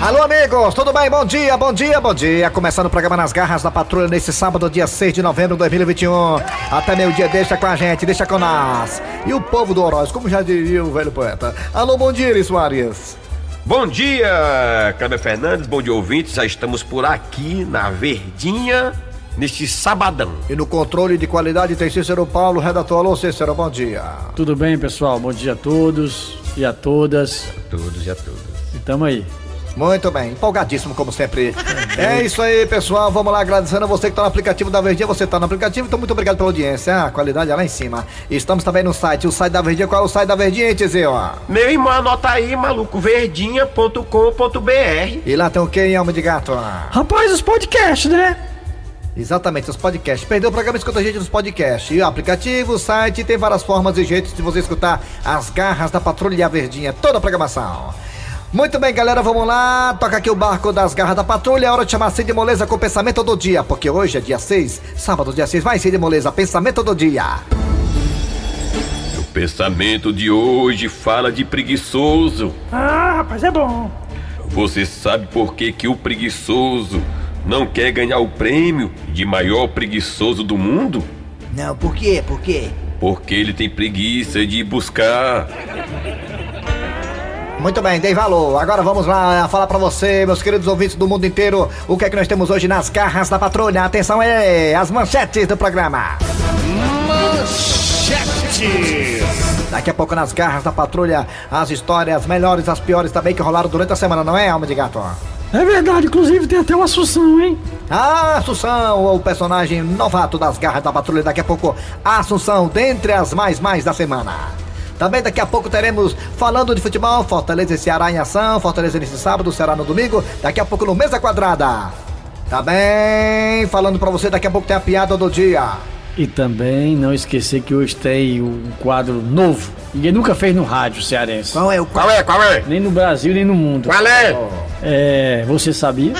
Alô, amigos, tudo bem? Bom dia, bom dia, bom dia. Começando o programa Nas Garras da Patrulha nesse sábado, dia 6 de novembro de 2021. Até meio-dia, deixa com a gente, deixa com nós. E o povo do Oroz, como já diria o velho poeta. Alô, bom dia, Iris Soares. Bom dia, Câmara Fernandes, bom dia, ouvintes. Já estamos por aqui na Verdinha, neste sabadão. E no controle de qualidade tem Cícero Paulo, redator. Alô, Cícero, bom dia. Tudo bem, pessoal? Bom dia a todos e a todas. A todos e a todas. E tamo aí. Muito bem, empolgadíssimo como sempre. É isso aí, pessoal. Vamos lá, agradecendo a você que está no aplicativo da Verdinha. Você está no aplicativo, então muito obrigado pela audiência. A qualidade é lá em cima. Estamos também no site, o site da Verdinha. Qual é o site da Verdinha, Tizio? Meu irmão, anota aí, maluco, verdinha.com.br. E lá tem o que, em alma de gato? Rapaz, os podcasts, né? Exatamente, os podcasts. Perdeu o programa, escuta a gente nos podcasts. E o aplicativo, o site, tem várias formas e jeitos de você escutar as garras da Patrulha Verdinha, toda a programação. Muito bem, galera, vamos lá. Toca aqui o barco das garras da patrulha. É hora de chamar Cid Moleza com o pensamento do dia, porque hoje é dia 6, sábado, dia 6. Vai, Cid Moleza, pensamento do dia. O pensamento de hoje fala de preguiçoso. Ah, rapaz, é bom. Você sabe por que, que o preguiçoso não quer ganhar o prêmio de maior preguiçoso do mundo? Não, por quê? Por quê? Porque ele tem preguiça de ir buscar. Muito bem, dei valor. Agora vamos lá falar pra você, meus queridos ouvintes do mundo inteiro, o que é que nós temos hoje nas garras da patrulha. Atenção aí, as manchetes do programa. Daqui a pouco nas garras da patrulha, as histórias melhores, as piores também que rolaram durante a semana, não é, alma de gato? É verdade, inclusive tem até uma Assunção, hein? A Ah, Assunção, o personagem novato das garras da patrulha. Daqui a pouco, a Assunção, dentre as mais mais da semana. Também daqui a pouco teremos falando de futebol, Fortaleza e Ceará em ação, Fortaleza nesse sábado, Ceará no domingo, daqui a pouco no Mesa Quadrada. Também falando pra você, daqui a pouco tem a piada do dia. E também não esquecer que hoje tem um quadro novo. Ninguém nunca fez no rádio cearense. Qual é o Qual é, qual é? Nem no Brasil, nem no mundo. Qual é? É. Você sabia?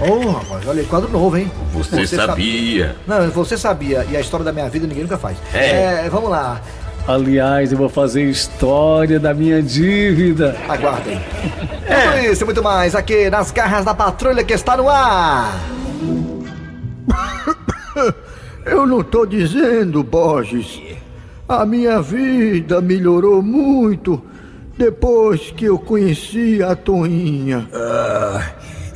Ô, rapaz, olha aí, quadro novo, hein? Você, sabia. Não, você sabia, e a história da minha vida ninguém nunca faz. É. é vamos lá, Aliás, eu vou fazer história da minha dívida. aguardem. É. Tudo isso e muito mais aqui nas garras da patrulha que está no ar. Eu não tô dizendo, Borges. A minha vida melhorou muito depois que eu conheci a Toinha. Ah,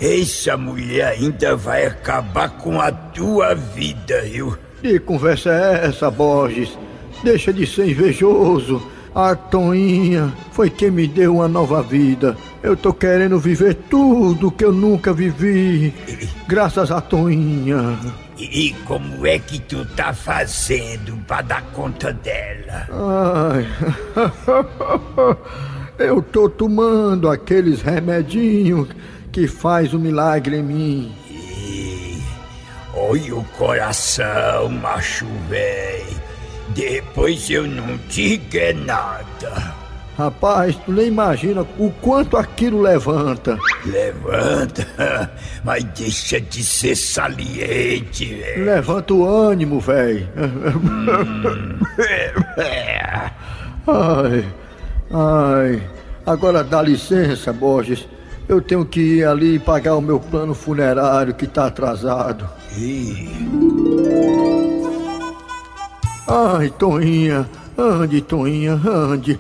Essa mulher ainda vai acabar com a tua vida, viu? Que conversa é essa, Borges? Deixa de ser invejoso. A Toinha foi quem me deu uma nova vida. Eu tô querendo viver tudo que eu nunca vivi. Graças a Toinha. E e como é que tu tá fazendo pra dar conta dela? Ai. Eu tô tomando aqueles remedinhos que faz o milagre em mim. Olha o coração, macho velho. Depois eu não digo é nada. Rapaz, tu nem imagina o quanto aquilo levanta. Levanta, mas deixa de ser saliente, velho. Levanta o ânimo, velho. Hum. É. Ai, ai. Agora dá licença, Borges. Eu tenho que ir ali pagar o meu plano funerário que tá atrasado. Ai, Toinha, ande, Toinha, ande.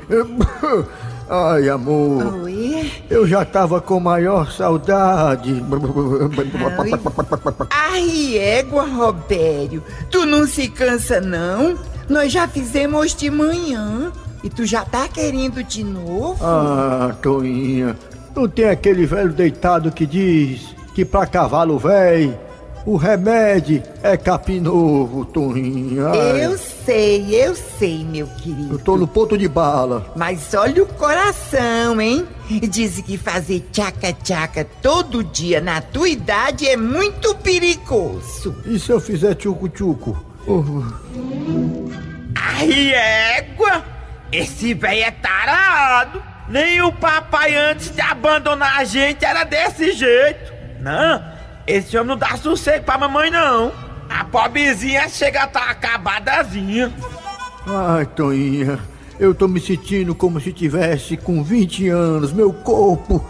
Ai, amor. Oi? Eu já tava com maior saudade. Ai, égua, Robério. Tu não se cansa, não? Nós já fizemos de manhã. E tu já tá querendo de novo? Ah, Toinha, não tem aquele velho deitado que diz que pra cavalo velho o remédio é capim novo, Toinha. Ai, Eu sei, eu sei, eu meu querido. tô no ponto de bala. Mas olha o coração, hein? Diz que fazer tchaca-tchaca todo dia na tua idade é muito perigoso. E se eu fizer tchucu-tchucu? Oh, Ai, égua! Esse velho é tarado! Nem o papai antes de abandonar a gente era desse jeito! Não, esse homem não dá sossego pra mamãe, não! A pobrezinha chega a tá acabadazinha! Ai, Toinha, Eu tô me sentindo como se tivesse com 20 anos. Meu corpo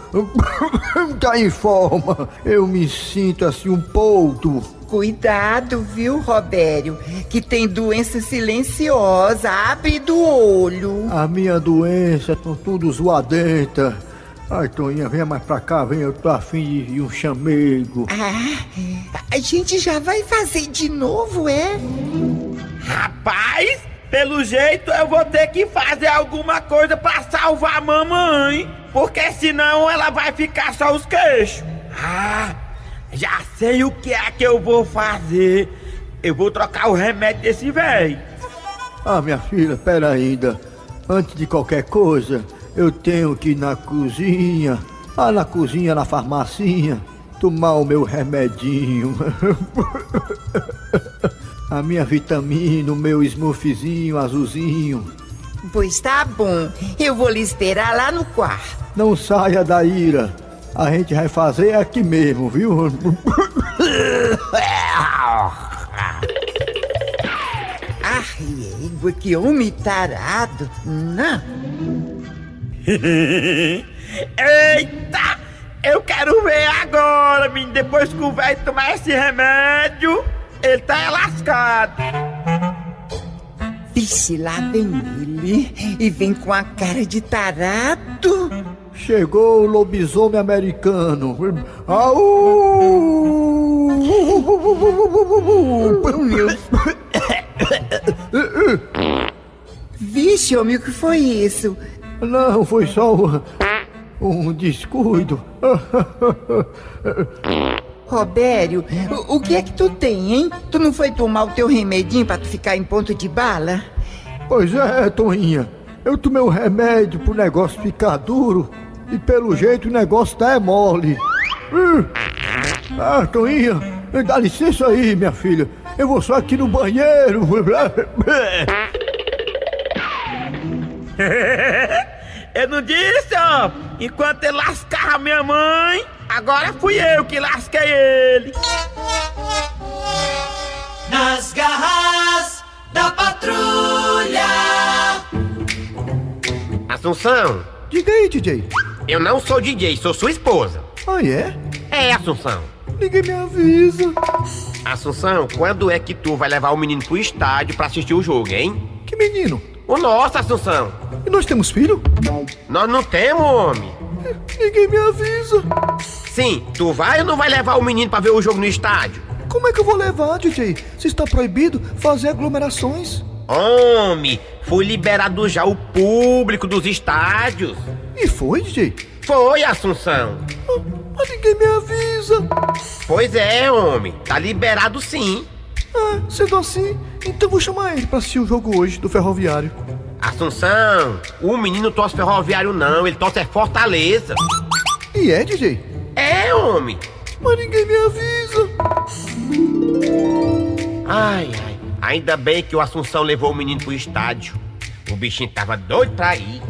tá em forma. Eu me sinto assim um polvo. Cuidado, viu, Robério? Que tem doença silenciosa. Abre do olho. A minha doença, estão tudo zoadenta. Ai, Toninha, vem mais pra cá, vem, eu tô afim de, de um chamego. Ah, a gente já vai fazer de novo, é? Rapaz, pelo jeito eu vou ter que fazer alguma coisa pra salvar a mamãe, porque senão ela vai ficar só os queixos. Ah, já sei o que é que eu vou fazer. Eu vou trocar o remédio desse velho. Ah, minha filha, pera ainda. Antes de qualquer coisa, eu tenho que ir na cozinha, ah, na cozinha, na farmacinha, tomar o meu remedinho. A minha vitamina, o meu smoothzinho azulzinho. Pois tá bom. Eu vou lhe esperar lá no quarto. Não saia da ira. A gente vai fazer aqui mesmo, viu? Ah, Ah, Arriégua, que homem tarado. Não. Eita, eu quero ver agora, menino. Depois que o velho tomar esse remédio, ele tá é lascado. Vixe, lá vem ele. E vem com a cara de tarado. Chegou o lobisomem americano. Au! Vixe, homem, o que foi isso? Não, foi só um, um descuido. Robério, o, o que é que tu tem, hein? Tu não foi tomar o teu remedinho pra tu ficar em ponto de bala? Pois é, Toninha. Eu tomei um remédio pro negócio ficar duro e pelo jeito o negócio tá é mole. Ih! Ah, Toninha, dá licença aí, minha filha. Eu vou só aqui no banheiro. Eu não disse, ó. Enquanto ele lascava minha mãe, agora fui eu que lasquei ele. Nas garras da patrulha. Assunção, Diga aí, DJ. eu não sou DJ, sou sua esposa. Ah, é? É, Assunção. Ninguém me avisa. Assunção, quando é que tu vai levar o menino pro estádio pra assistir o jogo, hein? Que menino. O nosso, Assunção. E nós temos filho? Eh, Nós não temos, homem. Ninguém me avisa. Sim, tu vai ou não vai levar o menino pra ver o jogo no estádio? Como é que eu vou levar, DJ? Se está proibido fazer aglomerações. Homem, foi liberado já o público dos estádios. E foi, DJ? Foi, Assunção. Ah, ah, ninguém me avisa. Pois é, homem, tá liberado sim. Ah, sendo assim, então vou chamar ele pra assistir o jogo hoje do Ferroviário. Assunção, o menino torce ferroviário não, ele torce é Fortaleza. E é, DJ? É, homem. Mas ninguém me avisa. Ai, ai, ainda bem que o Assunção levou o menino pro estádio. O bichinho tava doido pra ir.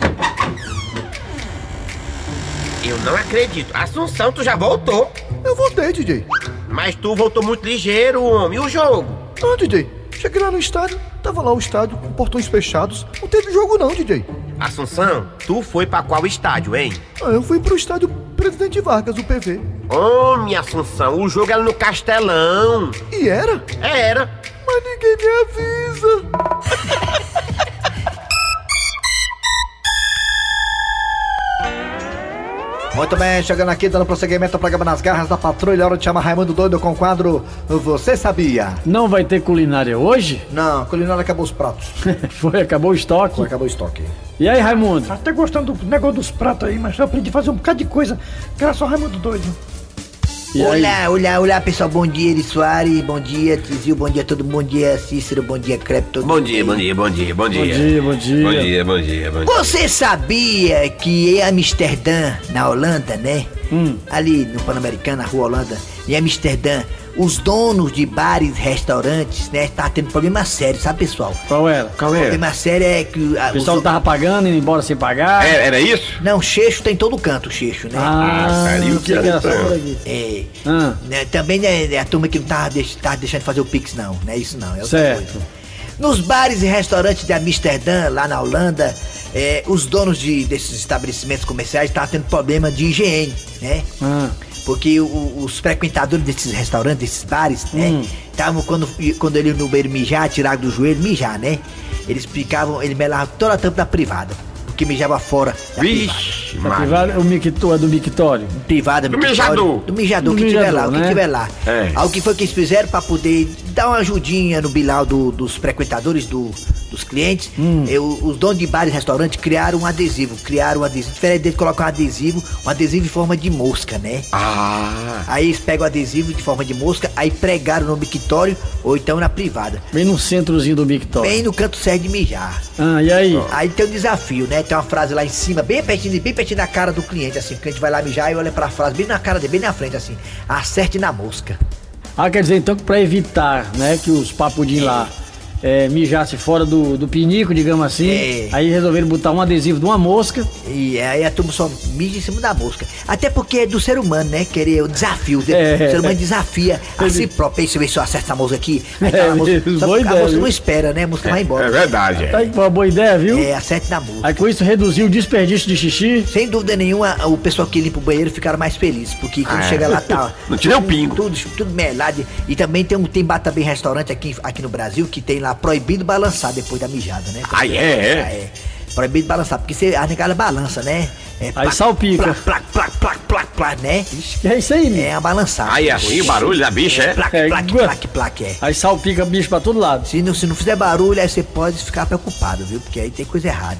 Eu não acredito. Assunção, tu já voltou. Eu voltei, DJ. Mas tu voltou muito ligeiro, homem. E o jogo? Ah, DJ, cheguei lá no estádio, tava lá o estádio com portões fechados. Não teve jogo não, DJ. Assunção, tu foi pra qual estádio, hein? Ah, eu fui pro estádio Presidente Vargas, o PV. Homem, Assunção, o jogo era no Castelão. E era? Era. Mas ninguém me avisa. Muito bem, chegando aqui, dando prosseguimento ao programa Nas Garras da Patrulha, hora de chamar Raimundo Doido com o quadro Você Sabia? Não vai ter culinária hoje? Não, culinária acabou os pratos, Foi, acabou o estoque. acabou o estoque. E aí, Raimundo? Tá Até gostando do negócio dos pratos Tá aí, mas eu aprendi a fazer um bocado de coisa graças ao Raimundo Doido. E aí? Olá, olá, olá, pessoal. Bom dia, Eri Soares. Bom dia, Tizil. Bom dia, todo mundo. Bom dia, Cícero. Bom dia, Crepe. Todo Bom mundo. dia, bom dia, bom dia, bom dia. Bom dia, bom dia. Bom dia, bom dia, bom dia. Você sabia que em Amsterdã, na Holanda, né? Hum. Ali no Pan-Americano, na Rua Holanda, em Amsterdã, os donos de bares, restaurantes, né? Tá tendo problema sério, sabe, pessoal? Qual era? Qual O problema sério é que. ah, O pessoal os- tava pagando, indo embora sem pagar. É, era isso? Não, cheixo tem todo canto, cheixo, né? Ah, saiu, que cara, engraçado então. aqui. É. Ah, Né, também né, a turma que não tava, deix- tava deixando de fazer o Pix, não. Não é isso, não. É outra Certo. coisa. Nos bares e restaurantes de Amsterdã, lá na Holanda, é, os donos de- desses estabelecimentos comerciais estavam tendo problema de higiene, né? Ah. Porque o- os frequentadores desses restaurantes, desses bares, Hum. né? Estavam, quando, quando ele ia no banheiro mijar, tirar do joelho, mijar, né? Eles picavam, ele melava toda a tampa da privada. Porque mijava fora da privada. Vixe, A Maria. privada- o mictório, do mictório. Privada do mijador. Do mijador, Do que tiver mijador, lá, o que né? tiver lá. É. Aí o que foi que eles fizeram pra poder dar uma ajudinha no bilau do- dos frequentadores, do- dos clientes? Hum. Eu- os donos de bares e restaurantes criaram um adesivo. Criaram um adesivo. Diferente deles colocar um adesivo, um adesivo em forma de mosca, né? Ah, Aí eles pegam o adesivo de forma de mosca, aí pregaram no mictório ou então na privada. Bem no centrozinho do mictório. Bem no canto certo de mijar. Ah, e aí? Aí tem um desafio, né? Tem uma frase lá em cima, bem pertinho, bem pertinho na cara do cliente, assim. O cliente vai lá mijar e olha pra frase, bem na cara dele, bem na frente, assim. Acerte na mosca. Ah, quer dizer então que pra evitar, né, que os papudinhos lá é, mijasse fora do, do pinico, digamos assim, É. aí resolveram botar um adesivo de uma mosca. E aí a turma só mija em cima da mosca. Até porque é do ser humano, né? Querer o desafio. É. O ser humano desafia a Ele- si próprio. Aí você vê se eu acerto essa mosca aqui. Aí tá É, a mosca. mesmo, Só boa que a ideia, mosca viu? não espera, né? A mosca vai é embora. verdade. Tá É. aí que foi uma boa ideia, viu? É, acerte na mosca. Aí com isso reduziu o desperdício de xixi. Sem dúvida nenhuma, o pessoal que limpa o banheiro ficaram mais felizes, porque quando Ah, é. chega lá tá. Não tira o pingo. Tudo, tudo melado. E também tem um tem ba- também restaurante aqui, aqui no Brasil que tem lá proibido balançar depois da mijada, né? Ah, é, é. Ah, Proibido balançar, porque você, a negada balança, né? É, plac, salpica. Plac, plac, plac, plac, plac, plac, né? É isso aí, menino. É a balançada. Aí assim o barulho da bicha, é? Plac, É, plac, gua- plac, plac, é. Aí salpica bicho pra todo lado. Se não, se não fizer barulho, aí você pode ficar preocupado, viu? Porque aí tem coisa errada.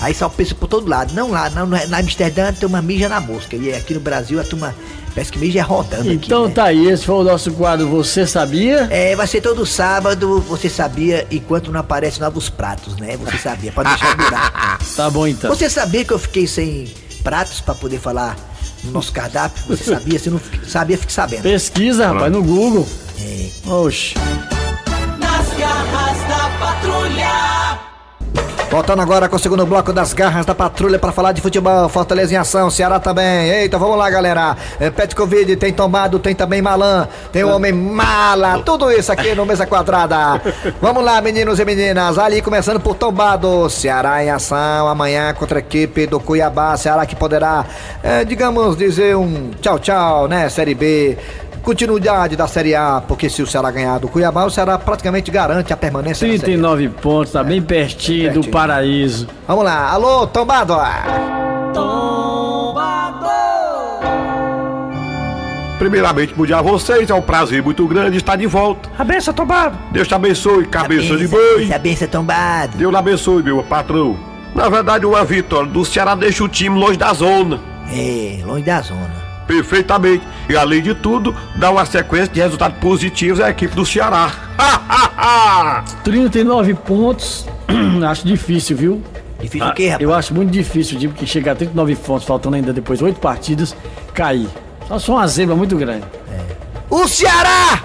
Aí só pensa por todo lado. Não lá, não, é, na na Amsterdã tem uma mija na mosca. E aqui no Brasil a turma parece que mija é rodando aqui. Então né? tá aí, esse foi o nosso quadro Você Sabia? É, vai ser todo sábado, você sabia, enquanto não aparecem novos pratos, né? Você sabia, pode deixar durar. Tá bom então. Você sabia que eu fiquei sem pratos pra poder falar no nosso cardápio? Você sabia? Se não fi- sabia, fique sabendo. Pesquisa, rapaz, no Google. Oxe. Nas garras da patrulha. Voltando agora com o segundo bloco das garras da patrulha para falar de futebol, Fortaleza em ação, Ceará também. Eita, vamos lá, galera. É, Pet Covid, tem tombado, tem também Malan, tem o homem mala, tudo isso aqui no Mesa Quadrada. Vamos lá, meninos e meninas. Ali começando por tombado, Ceará em ação, amanhã contra a equipe do Cuiabá, Ceará que poderá, é, digamos, dizer um tchau, tchau, né, Série B. Continuidade da Série A, porque se o Ceará ganhar do Cuiabá, o Ceará praticamente garante a permanência na Série é A. É, 39 pontos, tá bem pertinho, do pertinho. paraíso. Vamos lá, alô, tombado! Primeiramente, bom dia a vocês. É um prazer muito grande estar de volta. A benção, é tombado. Deus te abençoe, cabeça de boi. A benção é tombado. Deus te abençoe, meu patrão. Na verdade, uma vitória do Ceará deixa o time longe da zona. É, longe da zona. Perfeitamente. E além de tudo, dá uma sequência de resultados positivos à equipe do Ceará. Ha, ha, ha! 39 pontos, acho difícil, viu? Ah, Difícil o quê, rapaz? Eu acho muito difícil o time que chega a 39 pontos, faltando ainda depois 8 partidas, cair. Só só uma zebra muito grande. O Ceará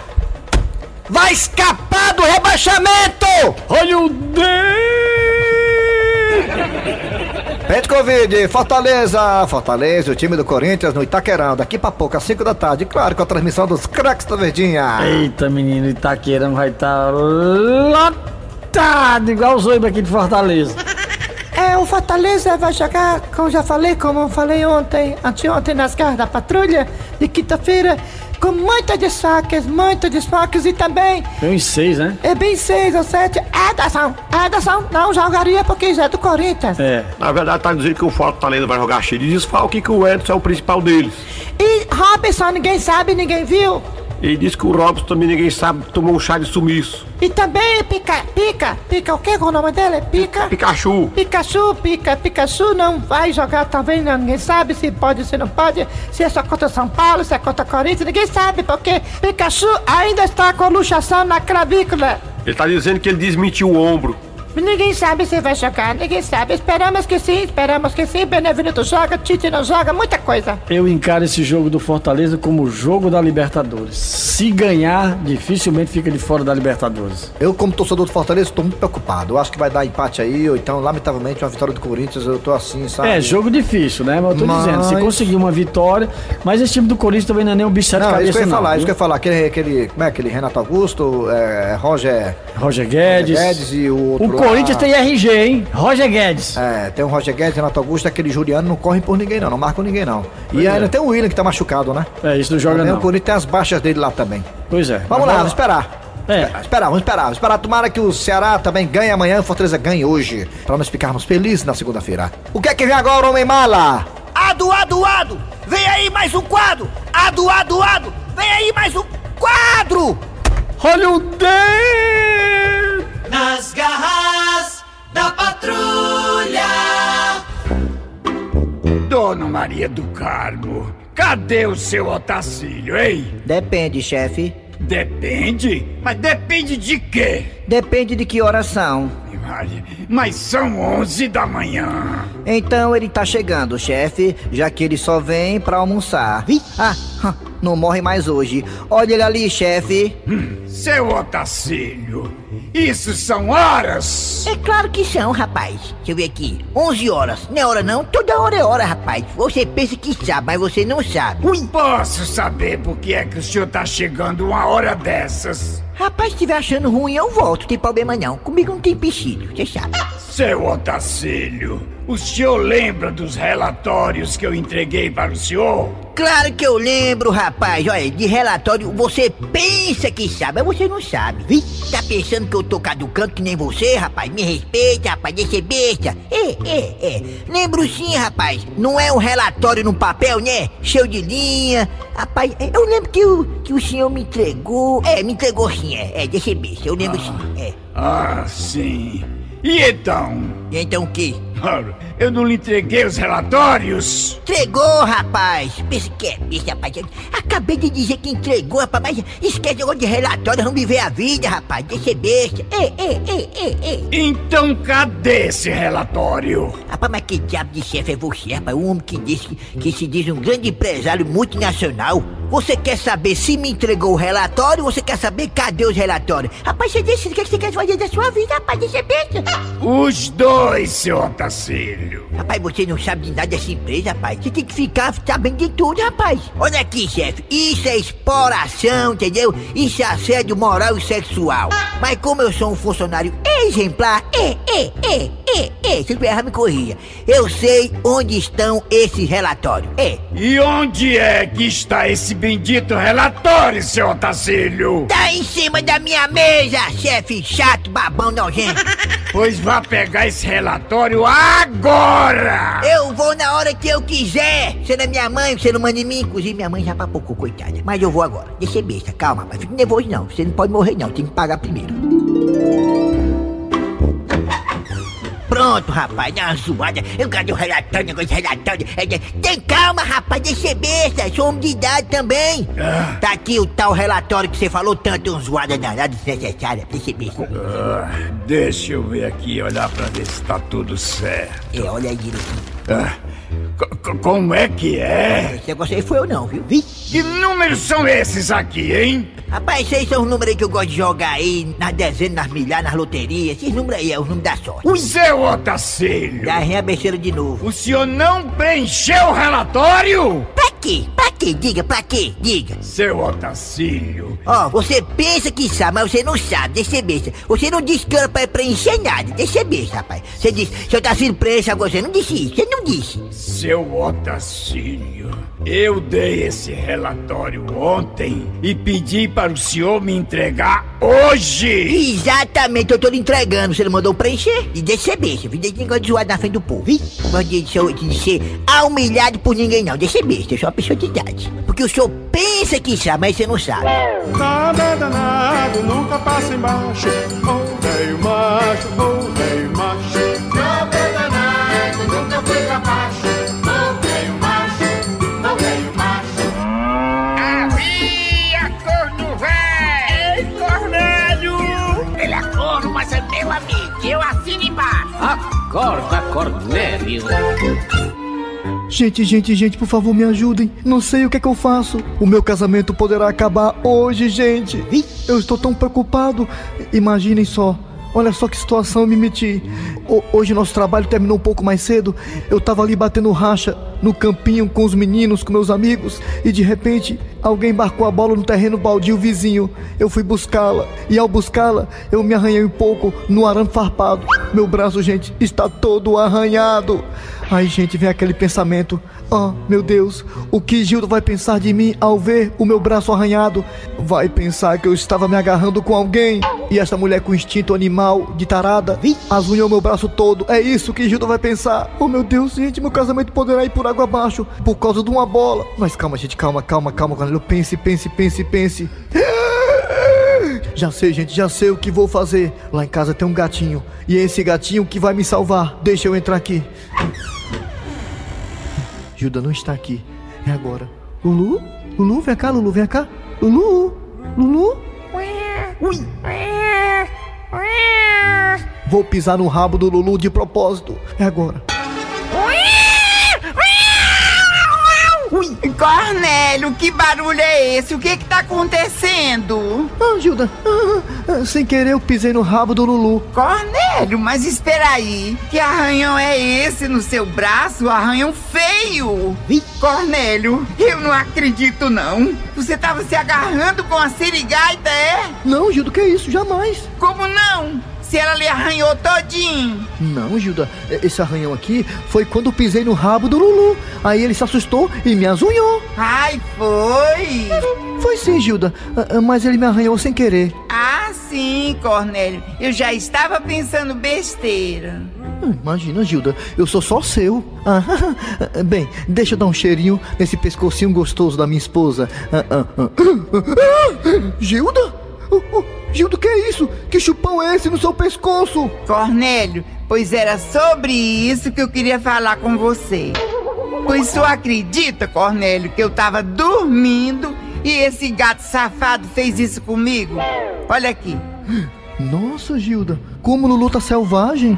vai escapar do rebaixamento! Olha o D! Covid, Fortaleza, Fortaleza, o time do Corinthians no Itaquerão, daqui pra pouco, às 5 da tarde, claro, com a transmissão dos craques da Verdinha. Eita, menino, Itaquerão vai estar lotado, igual os oibos aqui de Fortaleza. É, o Fortaleza vai jogar, como já falei, como eu falei ontem, anteontem nas garras da patrulha, de quinta-feira, com muitos destaques, muitos destaques e também Tem uns seis, né? é bem seis ou sete. Ederson, Ederson não jogaria porque já é do Corinthians. É. Na verdade, tá dizendo que o Fortaleza vai jogar cheio de desfalque e que o Edson é o principal deles. E Robson, ninguém sabe, ninguém viu. E diz que o Robson também ninguém sabe tomou um chá de sumiço. E também pica, pica, pica o que com o nome dele? Pica. Pikachu. Pikachu, pica, Pikachu não vai jogar também, não, ninguém sabe se pode, se não pode, se é só contra São Paulo, se é contra Corinthians, ninguém sabe, porque Pikachu ainda está com luxação na clavícula. Ele tá dizendo que ele desmentiu o ombro. Ninguém sabe se vai jogar, ninguém sabe. Esperamos que sim, esperamos que sim. Benevenuto joga, Tite não joga, muita coisa. Eu encaro esse jogo do Fortaleza como o jogo da Libertadores. Se ganhar, dificilmente fica de fora da Libertadores. Eu, como torcedor do Fortaleza, tô muito preocupado. Eu acho que vai dar empate aí, ou então, lamentavelmente, uma vitória do Corinthians. Eu tô assim, sabe? É, jogo difícil, né? Mas eu tô Mas- dizendo, se conseguir uma vitória. Mas esse time do Corinthians também não é nem um bicho de sete Não, é cabeças. isso que eu ia não, falar, é isso que eu viu? ia falar. Aquele, aquele, como é aquele Renato Augusto, é, Roger, Roger Guedes. Roger Guedes e o outro O lá. Corinthians tem RG, hein? Roger Guedes. É, tem o Roger Guedes, Renato Augusto, aquele Juliano não corre por ninguém não, não marca ninguém não. E Pois é. ainda tem o William que tá machucado, né? É, isso não joga Também não. O Corinthians tem as baixas dele lá também. Pois é. Vamos lá, vamos esperar. É. Espera- Esperar, vamos esperar, vamos esperar. Tomara que o Ceará também ganhe amanhã, o Fortaleza ganhe hoje. Pra nós ficarmos felizes na segunda-feira. O que é que vem agora, Homem Mala? Ado, ado, ado! Vem aí mais um quadro! Ado, ado, ado! Vem aí mais um quadro! Olha o dedo! Nas garras da patrulha! Dona Maria do Carmo, cadê o seu Otacílio, hein? Depende, chefe. Depende? Mas depende de quê? Depende de que horas são. Maria, Mas são 11 da manhã. Então ele tá chegando, chefe, já que ele só vem pra almoçar. Ah, hã, não morre mais hoje. Olha ele ali, chefe. Seu Otacílio, isso são horas! É claro que são, rapaz. Deixa eu ver aqui. 11 horas. Não é hora não? Toda hora é hora, rapaz. Você pensa que sabe, mas você não sabe. Ui, Posso saber por que é que o senhor tá chegando uma hora dessas? Rapaz, se estiver achando ruim, eu volto. Não tem problema não. Comigo não tem pecilho, você sabe. Seu Otacílio, o senhor lembra dos relatórios que eu entreguei para o senhor? Claro que eu lembro, rapaz. Olha, de relatório, você pensa que sabe, mas você não sabe. Vi? Tá pensando que eu tô caducando que nem você, rapaz? Me respeita, rapaz, deixa ser besta. É, é, é. Lembro sim, rapaz. Não é um relatório no papel, né? Cheio de linha. Rapaz, é, eu lembro que o, que o senhor me entregou. É, me entregou sim, é. É, deixa ser besta. Eu lembro sim, é. Ah, sim. E então? E então o quê? Ora, Eu não lhe entreguei os relatórios? Entregou, rapaz! Pensa que é bicho, rapaz. Eu Acabei de dizer que entregou, rapaz, mas esquece agora de relatório, vamos viver a vida, rapaz. Deixa ser besta. Ei, ei, ei, ei, ei. Então cadê esse relatório? Rapaz, mas que diabo de chefe é você, rapaz? O homem que diz que, que se diz um grande empresário multinacional. Você quer saber se me entregou o relatório ou você quer saber cadê os relatórios? Rapaz, você decide o que é que você quer fazer da sua vida, rapaz. Deixa ser besta. Os dois, seu Otacílio. Rapaz, você não sabe de nada dessa empresa, rapaz. Você tem que ficar sabendo de tudo, rapaz. Olha aqui, chefe. Isso é exploração, entendeu? Isso é assédio moral e sexual. Mas como eu sou um funcionário exemplar, é, é, é, é, é. Se eu errar, me corrija. Eu sei onde estão esses relatórios. É. E onde é que está esse bendito relatório, seu Otacílio? Tá em cima da minha mesa, chefe chato, babão nojento. Pois vá pegar esse relatório agora! Eu vou na hora que eu quiser. Você não é minha mãe, você não manda em mim. Inclusive, minha mãe já papocou, coitada. Mas eu vou agora. Deixa eu besta, calma, mas fique nervoso não. Você não pode morrer não, tem que pagar primeiro. Pronto, rapaz, dá uma zoada. Eu quero o relatório, negócio de relatório. É, é, Tem calma, rapaz, deixa eu besta. Sou homem de idade também. Ah. Tá aqui o tal relatório que você falou tanto, uma zoada danada desnecessária. Deixa eu besta. Ah, deixa eu ver aqui e olhar pra ver se tá tudo certo. É, olha aí direitinho. Ah, co- co- como é que é? Esse negócio aí foi eu não, viu? Vi? Que números são esses aqui, hein? Rapaz, esses são os números aí que eu gosto de jogar aí, nas dezenas, nas milhares, nas loterias. Esses números aí é os números da sorte. Seu Otacílio! Já é a besteira de novo. O senhor não preencheu o relatório? Pra quê? Pra quê? Diga, pra quê? Diga. Seu Otacílio, Ó, você pensa que sabe, mas você não sabe. Deixa ser besta. Você não disse que era pra preencher nada. Deixa ser besta, rapaz. Você disse, seu Tarcísio preencha agora. Você não disse isso. Você não disse. Seu Otacílio, eu dei esse relatório ontem e pedi para o senhor me entregar hoje! Exatamente, eu tô lhe entregando. Você não mandou preencher? E deixa ser besta. viu? Deixa esse negócio de zoar na frente do povo. Ih, Não de, ser- de ser ah, humilhado por ninguém, não. Deixa ser besta. Eu sou uma pessoa de idade. Porque o senhor pensa que sabe, mas você não sabe. Nada é danado nunca passa embaixo. Oh, velho macho, oh, velho macho. é Havia corno velho! Cornélio! Ele é corno, mas é meu amigo. Eu assim Acorda, Cornélio. Gente, gente, gente, por favor, me ajudem. Não sei o que é que eu faço. O meu casamento poderá acabar hoje, gente. Eu estou tão preocupado. Imaginem só. Olha só que situação eu me meti. Ho- hoje nosso trabalho terminou um pouco mais cedo. Eu tava ali batendo racha no campinho com os meninos, com meus amigos, e de repente alguém embarcou a bola no terreno baldio vizinho. Eu fui buscá-la, e ao buscá-la, eu me arranhei um pouco no arame farpado. Meu braço, gente, está todo arranhado. Aí, gente, vem aquele pensamento: Oh, meu Deus, o que Gildo vai pensar de mim ao ver o meu braço arranhado? Vai pensar que eu estava me agarrando com alguém. E esta mulher com instinto animal de tarada azunhou meu braço todo. É isso que Gildo vai pensar. Oh, meu Deus, gente, meu casamento poderá ir por água abaixo por causa de uma bola. Mas calma, gente, calma, calma, calma, galera. Pense, pense, pense, pense. Já sei, gente, já sei o que vou fazer. Lá em casa tem um gatinho. E é esse gatinho que vai me salvar. Deixa eu entrar aqui. Gilda não está aqui. É agora. Lulu? Lulu, vem cá, Lulu, vem cá. Lulu? Lulu? Ui! Vou pisar no rabo do Lulu de propósito. É agora. Ui, Cornélio, que barulho é esse? O que que tá acontecendo? Ah, Gilda, sem querer eu pisei no rabo do Lulu. Cornélio, mas espera aí. Que arranhão é esse no seu braço? Arranhão feio. Cornélio, eu não acredito não. Você tava se agarrando com a sirigaita, é? Não, Gilda, que isso? Jamais. Como não? Se ela lhe arranhou todinho. Não, Gilda, e- esse arranhão aqui foi quando eu pisei no rabo do Lulu. Aí ele se assustou e me azunhou. Ai, foi? Foi sim, Gilda, ah, ah, mas ele me arranhou sem querer. Ah, sim, Cornélio. Eu já estava pensando besteira. Hum, Imagina, Gilda, eu sou só seu. Ah, bem, deixa eu dar um cheirinho nesse pescocinho gostoso da minha esposa. Ah, ah, ah. Ah, Gilda? Oh, oh, Gilda, que é isso? Que chupão é esse no seu pescoço? Cornélio, pois era sobre isso que eu queria falar com você. Pois só acredita, Cornélio, que eu tava dormindo e esse gato safado fez isso comigo? Olha aqui. Nossa, Gilda, como Lulu tá selvagem.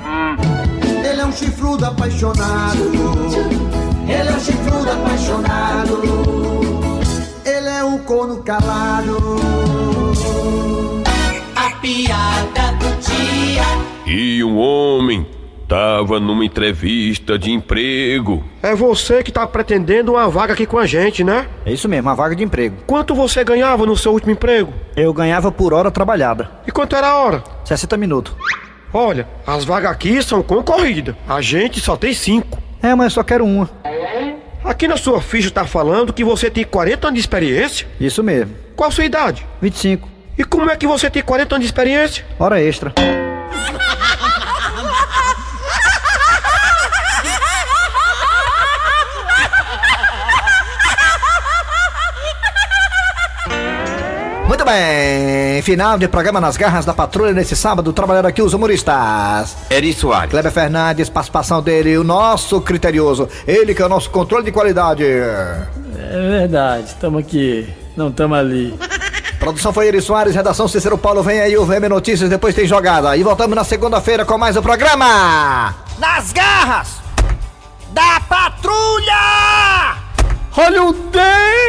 Ele é um chifrudo apaixonado. Ele é um chifrudo apaixonado. Ele é um corno calado. A piada do dia. E um homem tava numa entrevista de emprego. É você que tá pretendendo uma vaga aqui com a gente, né? É isso mesmo, uma vaga de emprego. Quanto você ganhava no seu último emprego? Eu ganhava por hora trabalhada. E quanto era a hora? 60 minutos. Olha, as vagas aqui são concorridas. A gente só tem cinco. É, mas só quero uma. Aqui na sua ficha tá falando que você tem 40 anos de experiência. Isso mesmo. Qual a sua idade? 25. E como é que você tem 40 anos de experiência? Hora extra. um Muito bem, final de programa nas garras da patrulha nesse sábado, trabalharam aqui os humoristas. Eri Soares. Kleber Fernandes, participação dele, o nosso criterioso, ele que é o nosso controle de qualidade. É verdade, estamos aqui, não estamos ali. Produção foi Eri Soares, redação Cícero Paulo, vem aí o VM Notícias, depois tem jogada. E voltamos na segunda-feira com mais o programa. Nas garras da patrulha! Olha o dedo!